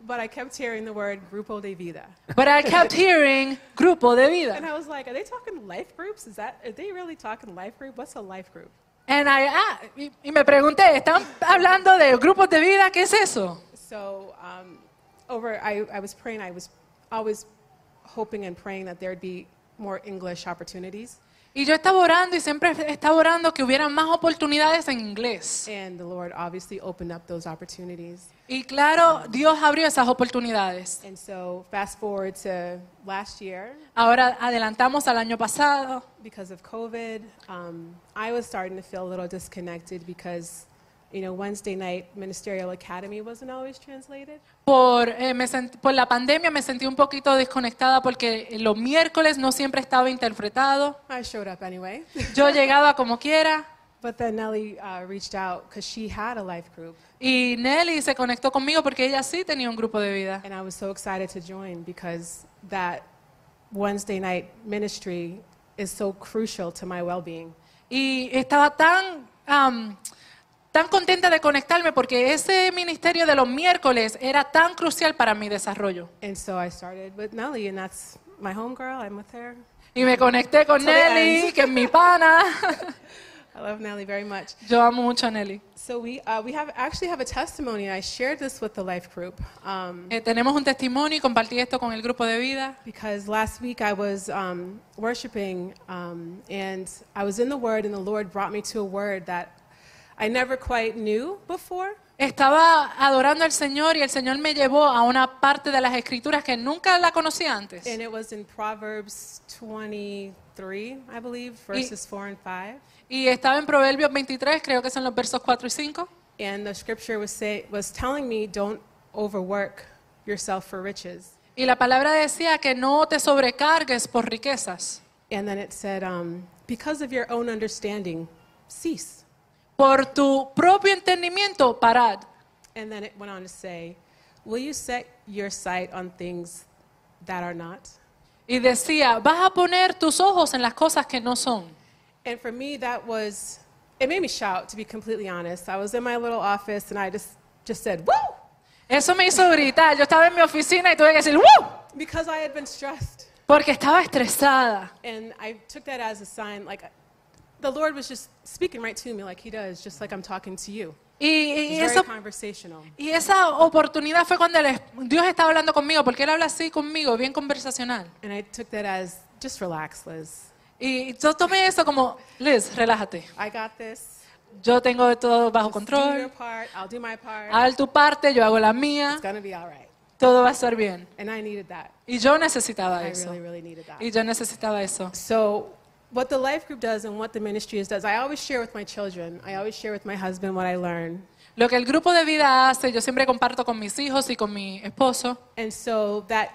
But I kept hearing the word Grupo de Vida, But I kept hearing grupo de and vida. I was like, Are they talking life groups? Is that are they really talking life group? What's a life group? And I, ah, y, y me pregunté, ¿están hablando de grupos de vida? ¿Qué es eso? So um, over, I, I was praying. I was always hoping and praying that there'd be more English opportunities, Y yo estaba orando y siempre estaba orando que hubiera más oportunidades en inglés. and the Lord obviously opened up those opportunities. Y claro, Dios abrió esas oportunidades. And so fast forward to last year, Ahora adelantamos al año pasado. because of COVID, um, I was starting to feel a little disconnected because, you know, Wednesday night Ministerial Academy wasn't always translated. Por, eh, me sent- por la pandemia me sentí un poquito desconectada porque los miércoles no siempre estaba interpretado. I showed up anyway. Yo llegaba como quiera but then Nellie uh, reached out because she had a life group, y Nelly se conectó conmigo porque ella sí tenía un grupo de vida. and I was so excited to join because that Wednesday night ministry is so crucial to my well-being. Y estaba tan, am, tan contenta de conectarme porque ese ministerio de los miércoles era tan crucial para mi desarrollo. And so I started with Nellie, and that's my homegirl. I'm with her. Y me conecté con To the Nelly, end. que es mi pana. I love Nellie very much. Yo amo mucho a Nelly. So we, uh, we have, actually have a testimony, and I shared this with the life group. Um, Eh, tenemos un testimonio y compartí esto con el grupo de vida. because last week I was um, worshiping, um, and I was in the Word, and the Lord brought me to a word that I never quite knew before. Estaba adorando al Señor y el Señor me llevó a una parte de las escrituras que nunca la conocía antes. And it was in Proverbs 23, I believe, verses 4 and 5. Y estaba en Proverbios 23, creo que son los versos 4 y 5. And the scripture was, say, was telling me, don't overwork yourself for riches. Y la palabra decía que no te sobrecargues por riquezas. And then it said, um, because of your own understanding, cease. Por tu propio entendimiento, parad. And then it went on to say, Will you set your sight on things that are not? Y decía, vas a poner tus ojos en las cosas que no son. And for me, that was, it made me shout, to be completely honest. I was in my little office and I just, just said, Woo! Eso me hizo gritar. Yo estaba en mi oficina y tuve que decir, ¡Woo! Because I had been stressed. Porque estaba estresada. And I took that as a sign, like, the Lord was just speaking right to me, like He does, just like I'm talking to you. Y, y- y He's esa, very conversational. y esa oportunidad fue cuando el es- Dios estaba hablando conmigo, porque Él habla así conmigo, bien conversacional. And I took that as just relax, Liz. Y yo tomé eso como, Liz, relájate. I got this. Yo tengo todo bajo Just do your control. part. I'll do my part. Haz tu parte, yo hago la mía. it's gonna be all right. Todo va a estar bien. And I needed that. Y yo necesitaba I eso. really, really needed that. Y yo necesitaba eso. So, what the life group does and what the ministry is does, I always share with my children. I always share with my husband what I learn. Lo que el grupo de vida hace, yo siempre comparto con mis hijos y con mi esposo. And so that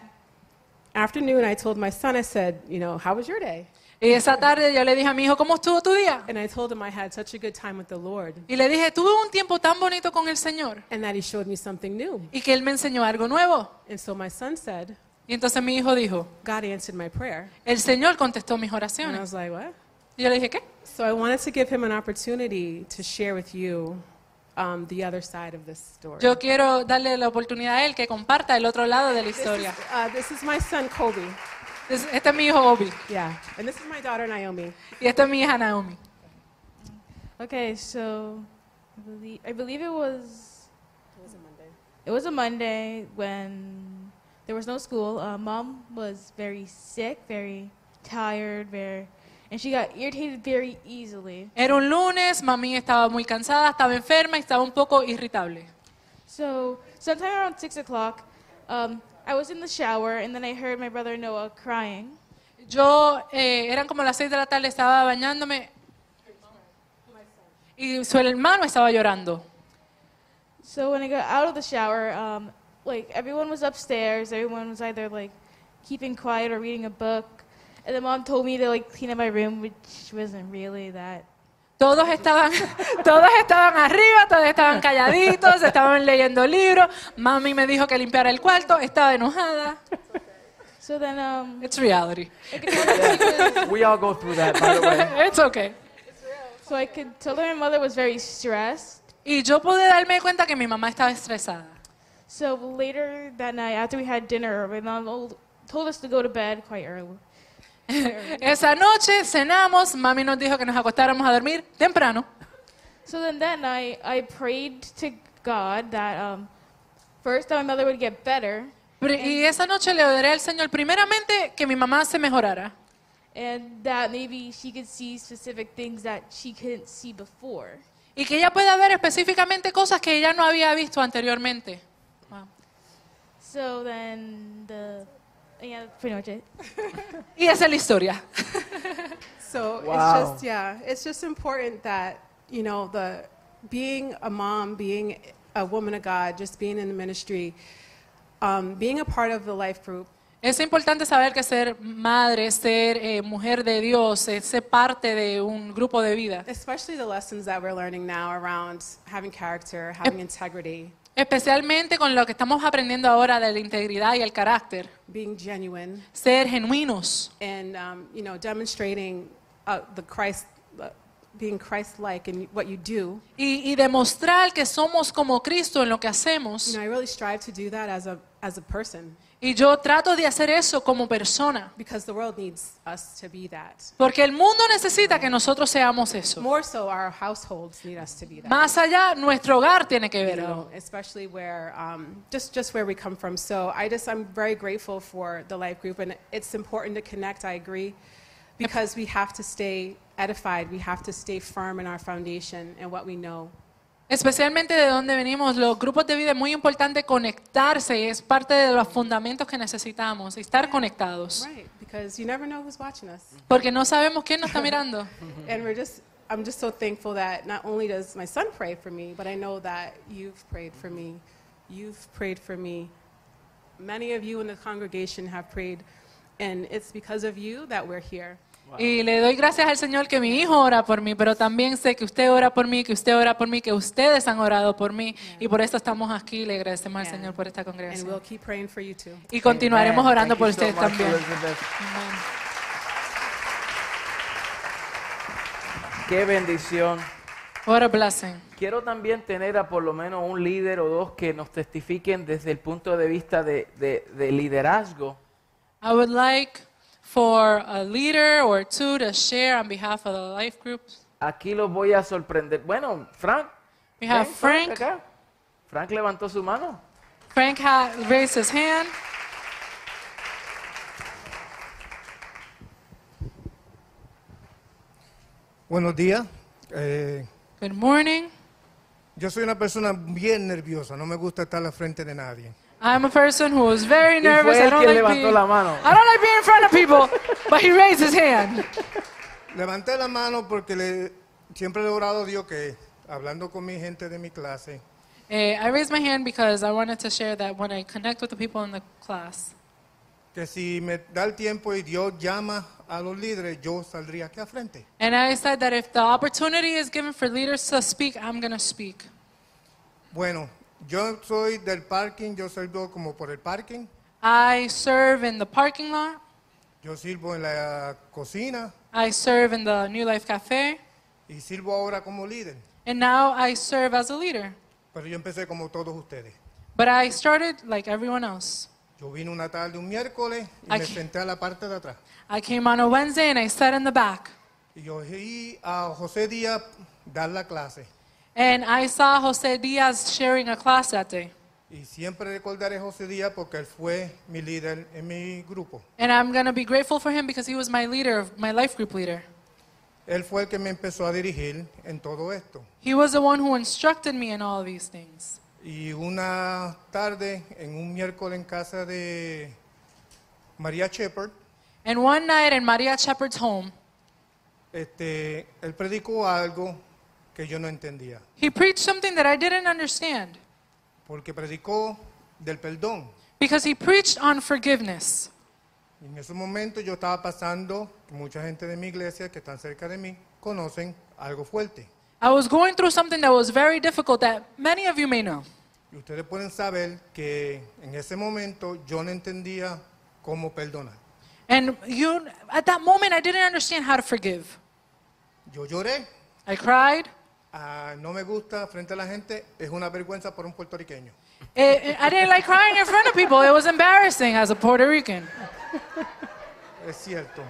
afternoon, I told my son, I said, you know, how was your day? Y esa tarde yo le dije a mi hijo, ¿cómo estuvo tu día? And I told him I had such a good time with the Lord Y le dije, tuve un tiempo tan bonito con el Señor and that he showed me something new. y que Él me enseñó algo nuevo. And so my son said, Y entonces mi hijo dijo, God answered my prayer. el Señor contestó mis And I oraciones. was like, what? Y yo le dije, ¿qué? So I wanted to give him an opportunity to share with you um, the other side of this story. Yo quiero darle la oportunidad a Él que comparta el otro lado de la This is, historia. uh, this is my son, Kobe. Es- Este es mi hijo Obi Yeah. And this is my daughter, Naomi. y esta es mi hija Naomi. Okay, so I believe, I believe it was. It was a Monday. when there was no school. Uh, Mom was very sick, very tired, very, and she got irritated very easily. Era un lunes, mami estaba muy cansada, estaba enferma y estaba un poco irritable. So sometime around six o'clock, um, I was in the shower and then I heard my brother Noah crying. Yo, eh, eran como las seis de la tarde, estaba bañándome y su hermano estaba llorando. So when I got out of the shower, um, like everyone was upstairs. Everyone was either like keeping quiet or reading a book. And then mom told me to like clean up my room, which wasn't really that. Todos estaban, todos estaban arriba, todos estaban calladitos, estaban leyendo libros. Mami me dijo que limpiara el cuarto, estaba enojada. So then, um, It's reality. I could tell that she was- We all go through that, by the way. It's okay. so I could tell that my mother was very stressed. Y yo pude darme cuenta que mi mamá estaba estresada. So later that night, after we had dinner, my mom old- told us to go to bed quite early. Esa noche cenamos, mami nos dijo que nos acostáramos a dormir temprano. So then that night, I prayed to God that um, first that my mother would get better, Pero- Y esa noche le oré al Señor primeramente que mi mamá se mejorara. and that maybe she could see specific things that she couldn't see before. Y que ella pueda ver específicamente cosas que ella no había visto anteriormente. Wow. So then the yeah, that's pretty much it. Y esa es la historia. So Wow. it's just yeah, it's just important that you know the being a mom, being a woman of God, just being in the ministry, um, being a part of the life group. Es importante saber que ser madre, ser eh, mujer de Dios, eh, ser parte de un grupo de vida. Especially the lessons that we're learning now around having character, having integrity, Especialmente con lo que estamos aprendiendo ahora de la integridad y el carácter. being genuine, Ser genuinos and um, you know demonstrating uh, the Christ, uh, being Christ-like in what you do. y, y demostrar que somos como Cristo en lo que You hacemos. know, I really strive to do that as a as a person Y yo trato de hacer eso como persona. because the world needs us to be that. Porque el mundo necesita que nosotros seamos eso. More so, our households need us to be that. Más allá, nuestro hogar tiene que you verlo. know, especially where um, just just where we come from. So I just I'm very grateful for the life group, and it's important to connect. I agree, because we have to stay edified. We have to stay firm in our foundation and what we know. Especialmente de donde venimos, los grupos de vida es muy importante conectarse y es parte de los fundamentos que necesitamos, estar conectados. Right, because you never know who's watching us, Porque no sabemos quién nos está mirando. and we're just. I'm just so thankful that not only does my son pray for me, but I know that you've prayed for me. You've prayed for me. Many of you in the congregation have prayed, and it's because of you that we're here. Y le doy gracias al Señor que mi hijo ora por mí, pero también sé que usted ora por mí, que usted ora por mí, que ustedes han orado por mí. Y por eso estamos aquí. Le agradecemos al Yeah. Señor por esta And we'll congregación. keep praying for you too. Y continuaremos Amen. orando Thank por you so ustedes much, también. Elizabeth. Amén. Qué bendición. What a blessing. Quiero también tener a por lo menos un líder o dos que nos testifiquen desde el punto de vista de, de- de liderazgo, I would like for a leader or two to share on behalf of the life group. Aquí los voy a sorprender. Bueno, Frank. We have ven, Frank. acá. Frank levantó su mano. Frank ha- raised his hand. Buenos días. Eh, Good morning. yo soy una persona bien nerviosa, no me gusta estar al frente de nadie. I'm a person who is very Y nervous. fue I él don't quien like levantó being, la mano. I don't like being in front of people, but he raised his hand. Levanté la mano porque le, siempre le he orado a Dios que hablando con mi gente de mi clase, Eh, I raised my hand because I wanted to share that when I connect with the people in the class, que si me da el tiempo y Dios llama a los líderes, yo saldría aquí al frente. and I said that if the opportunity is given for leaders to speak, I'm going to speak. Bueno, yo soy del parking, yo sirvo como por el parking, I serve in the parking lot. yo sirvo en la cocina I serve in the New Life Cafe. y sirvo ahora como líder, And now I serve as a leader. pero yo empecé como todos ustedes. But I started like everyone else. Yo vine una tarde un miércoles y me Aquí. senté a la parte de atrás. I came on a Wednesday and I sat in the back. Y yo oí a José Díaz dar la clase. And I saw Jose Diaz sharing a class that day. Y siempre recordaré a José Díaz porque él fue mi líder en mi grupo. And I'm going to be grateful for him because he was my leader, my life group leader. Él fue el que me empezó a dirigir en todo esto. He was the one who instructed me in all of these things. Y una tarde, en un miércoles en casa de María Shepard, And one night in Maria Shepherd's home, este, él predicó algo que yo no entendía. he preached something that I didn't understand Porque predicó del perdón. because he preached on forgiveness. Y En ese momento yo estaba pasando, mucha gente de mi iglesia que están cerca de mí conocen algo fuerte. I was going through something that was very difficult that many of you may know. Y ustedes pueden saber que en ese momento yo no entendía cómo perdonar. And you at that moment I didn't understand how to forgive. Yo lloré. I cried. Ah, no me gusta frente a la gente, es una vergüenza para un puertorriqueño. It- it- I didn't like crying in front of people. It was embarrassing as a Puerto Rican. Es cierto.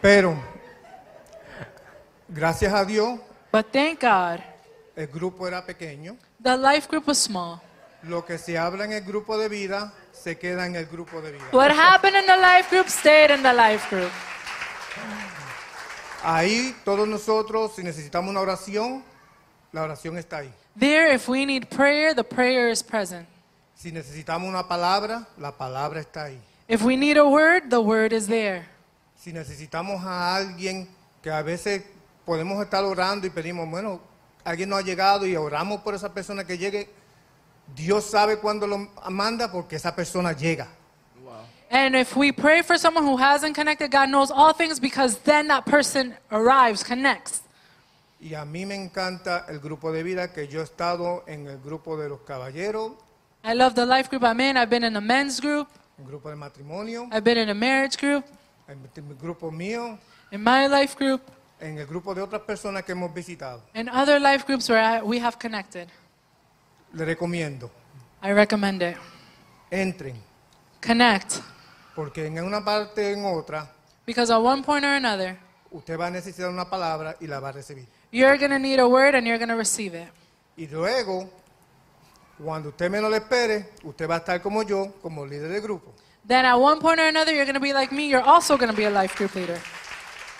Pero, gracias a Dios, But thank God, el grupo era pequeño. the life group was small. Lo que se habla en el grupo de vida se queda en el grupo de vida. What happened in the life group stayed in the life group. Ahí todos nosotros, si necesitamos una oración, la oración está ahí. There, if we need prayer, the prayer is present. Si necesitamos una palabra, la palabra está ahí. If we need a word, the word is there. Si necesitamos a alguien que a veces podemos estar orando y pedimos, bueno, alguien no ha llegado y oramos por esa persona que llegue, Dios sabe cuándo lo manda porque esa persona llega. And if we pray for someone who hasn't connected, God knows all things because then that person arrives, connects. Y a mí me encanta el grupo de vida que yo he estado en el grupo de los caballeros, I love the life group I'm in. I've been in a men's group, el grupo de matrimonio, I've been in a marriage group, en el grupo mío, in my life group, en el grupo de otras personas que hemos visitado. and other life groups where I, we have connected. Le recomiendo, I recommend it. entren, Connect. porque en una parte en otra Because at one point or another, usted va a necesitar una palabra y la va a recibir. you're going to need a word and you're going to receive it. Y luego, cuando usted menos lo espere, usted va a estar como yo, como líder del grupo. Then at one point or another, you're going to be like me. You're also going to be a life group leader.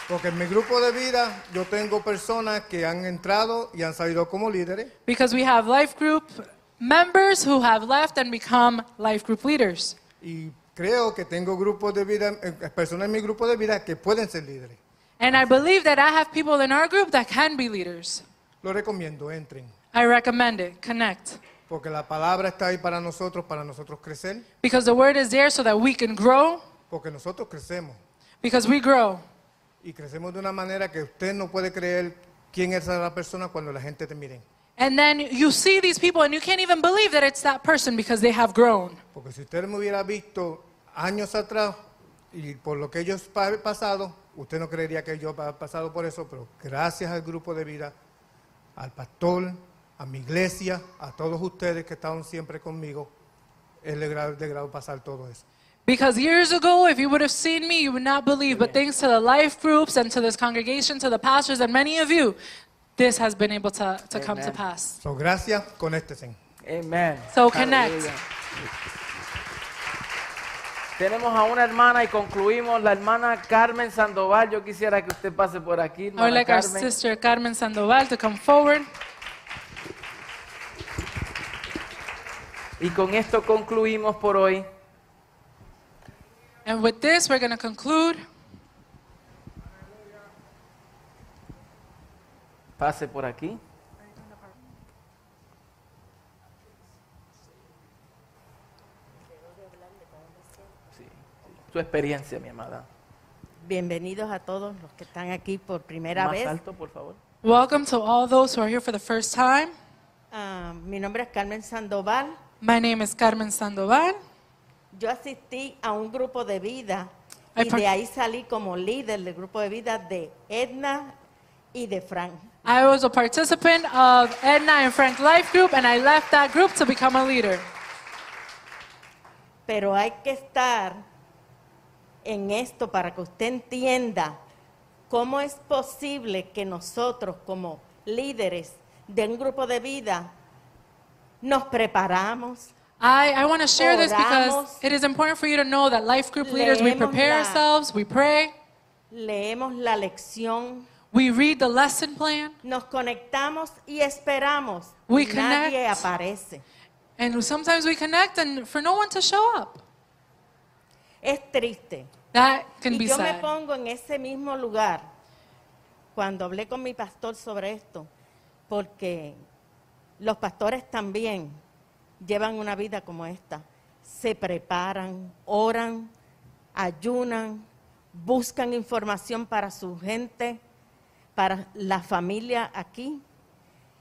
Porque en mi grupo de vida yo tengo personas que han entrado y han salido como líderes. Because we have life group members who have left and become life group leaders. Y creo que tengo grupos de vida, eh, personas en mi grupo de vida que pueden ser líderes. And I believe that I have people in our group that can be leaders. Lo recomiendo, entren. I recommend it. Connect. Porque la palabra está ahí para nosotros, para nosotros crecer. Because the word is there so that we can grow, Porque nosotros crecemos. because we grow. Y crecemos de una manera que usted no puede creer quién es la persona cuando la gente te mire. And then you see these people and you can't even believe that it's that person because they have grown. Porque si usted me hubiera visto años atrás y por lo que ellos pa- pasado, usted no creería que yo he pasado por eso, pero gracias al grupo de vida, al pastor, a mi iglesia, a todos ustedes que estaban siempre conmigo, es de grado, de grado pasar todo eso. Because years ago, if you would have seen me, you would not believe. But thanks to the life groups and to this congregation, to the pastors, and many of you, this has been able to, to come to Amen. pass. So, gracias, este conéctense. Amen. So connect. Aleluya. Tenemos a una hermana y concluimos. La hermana Carmen Sandoval. Yo quisiera que usted pase por aquí. I would hermana like our Carmen. sister Carmen Sandoval to come forward. Y con esto concluimos por hoy. And with this, we're going to conclude. Pase por aquí. Sí. Su experiencia, mi amada. Bienvenidos a todos los que están aquí por primera Más vez. alto, por favor. Welcome to all those who are here for the first time. Ah, mi nombre es Carmen Sandoval. My name is Carmen Sandoval. Yo asistí a un grupo de vida I y par- de ahí salí como líder del grupo de vida de Edna y de Frank. I was a participant of Edna and Frank Life Group, and I left that group to become a leader. Pero hay que estar en esto para que usted entienda cómo es posible que nosotros como líderes de un grupo de vida nos preparamos, I, I want to share this because Oramos. it is important for you to know that life group leaders, we Leemos prepare la- ourselves, we pray, leemos la lección, we read the lesson plan, nos conectamos y esperamos. We y nadie connect. aparece. and sometimes we connect, and for no one to show up. Es triste. That can Y be yo me said. pongo en ese mismo lugar cuando hablé con mi pastor sobre esto, porque los pastores también llevan una vida como esta. Se preparan, oran, ayunan, buscan información para su gente, para la familia aquí.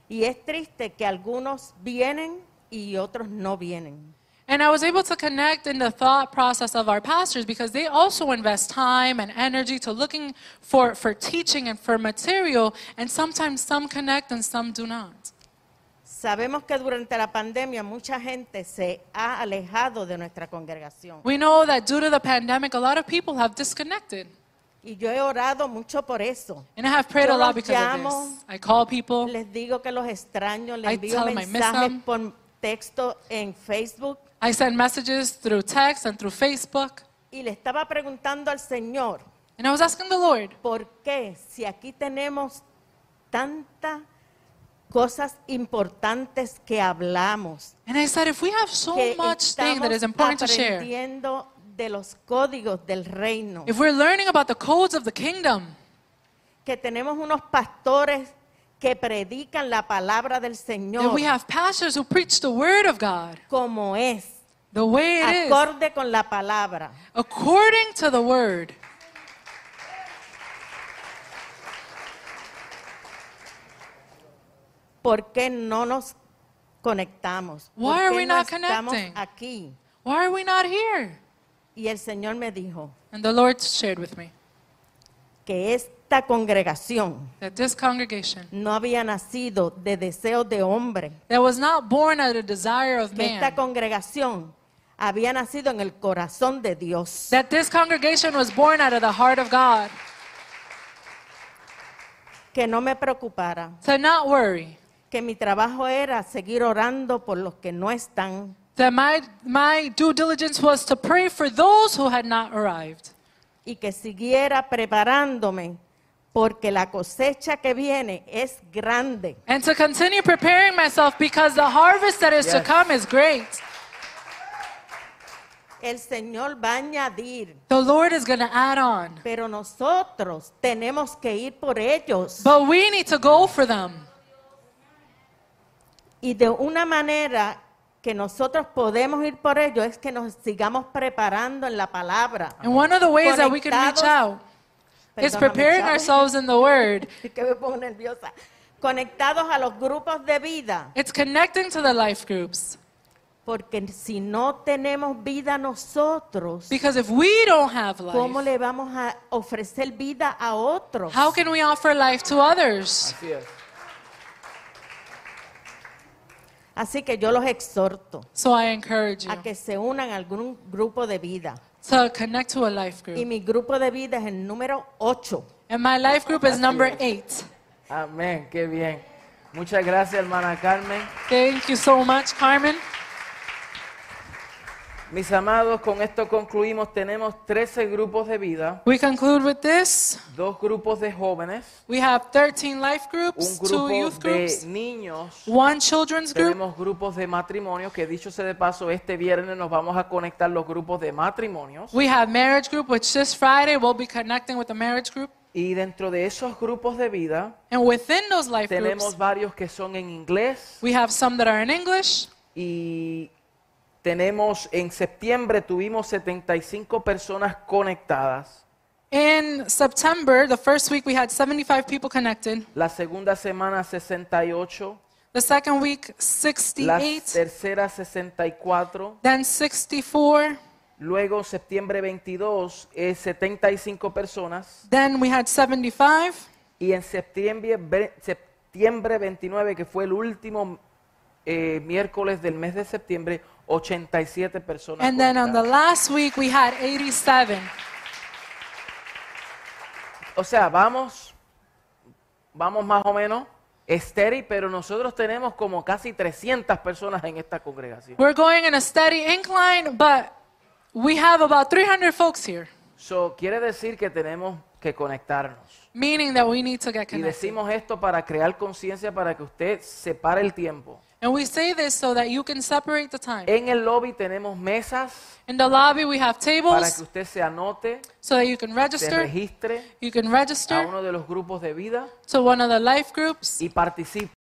Y es triste que algunos vienen y otros no vienen. And I was able to connect in the thought process of our pastors because they also invest time and energy to looking for, for teaching and for material, and sometimes some connect and some do not. Sabemos que durante la pandemia mucha gente se ha alejado de nuestra congregación. We know that due to the pandemic, a lot of people have disconnected. Y yo he orado mucho por eso. And I have prayed a Yo lot los because of llamo. this. I call people. Les digo que los extraño, les I envío tell them I miss mensajes them. por texto en Facebook. I send messages through text and through Facebook. Y le estaba preguntando al Señor, And I was asking the Lord, ¿por qué si aquí tenemos tantas cosas importantes que hablamos? and I said, if we have so que much thing that estamos is important to share, aprendiendo de los códigos del reino. if we're learning about the codes of the kingdom, que tenemos unos pastores que predican la palabra del then Señor we have pastors who preach the word of God como es, the way it is, acorde con la palabra. according to the word. ¿Por qué no nos conectamos? ¿Por Why are qué we no not estamos connecting? aquí? Why are we not here? Y el Señor me dijo And the Lord shared with me que esta congregación that this congregation no había nacido de deseos de hombre, that was not born out of desire of que esta man, congregación había nacido en el corazón de Dios. that this congregation was born out of the heart of God, Que no me preocupara, to not worry. que mi trabajo era seguir orando por los que no están, That my, my due diligence was to pray for those who had not arrived, y que siguiera preparándome porque la cosecha que viene es grande. and to continue preparing myself because the harvest that is to Yes. come is great. El Señor va a añadir, The Lord is going to add on, pero nosotros tenemos que ir por ellos but we need to go for them. y de una manera que nosotros podemos ir por ellos es que nos sigamos preparando en la palabra. And one of the ways that we can reach Conectados- out is Perdóname, preparing Chavo, ourselves in the Word. Que me pongo nerviosa. Conectados a los grupos de vida, It's connecting to the life groups. porque si no tenemos vida nosotros, Because if we don't have ¿Cómo life, le vamos a ofrecer vida a otros? how can we offer life to others? Así es. Así que yo los exhorto So I encourage you a que se unan a algún grupo de vida. to connect to a life group. Y mi grupo de vida es el número 8. And my life group is number eight. Amén, qué bien. Muchas gracias, hermana Carmen. Thank you so much, Carmen. Mis amados, con esto concluimos. Tenemos 13 grupos de vida, We conclude with this. dos grupos de jóvenes, We have 13 life un groups, two grupo youth de groups, niños, one children's group. tenemos grupos de matrimonio, que dicho sea de paso, este viernes nos vamos a conectar los grupos de matrimonios. We have marriage group, which this Friday we'll be connecting with the marriage group. Y dentro de esos grupos de vida, And within those life tenemos groups, varios que son en inglés we have some that are in English. y tenemos, en septiembre tuvimos 75 personas conectadas. In September, the first week, we had 75 people connected. La segunda semana 68, The second week, la 68, tercera 64, then 64, luego septiembre eh, 22 es 75 personas then we had 75, y en septiembre, ve- septiembre 29, que fue el último eh, miércoles del mes de septiembre, 87 personas. and then on the conectadas. last week, we had 87. O sea, vamos, vamos más o menos estéril, pero nosotros tenemos como casi 300 personas en esta congregación. We're going in a steady incline, but we have about 300 folks here, So, quiere decir que tenemos que conectarnos. meaning that we need to get Y connected. decimos esto para crear conciencia, para que usted separe el tiempo. And we say this so that you can separate the time. En el lobby tenemos mesas In the lobby, we have para que tables usted se anote, so that you can se register. registre You can a register uno de los grupos de vida to one of the life groups. y participe.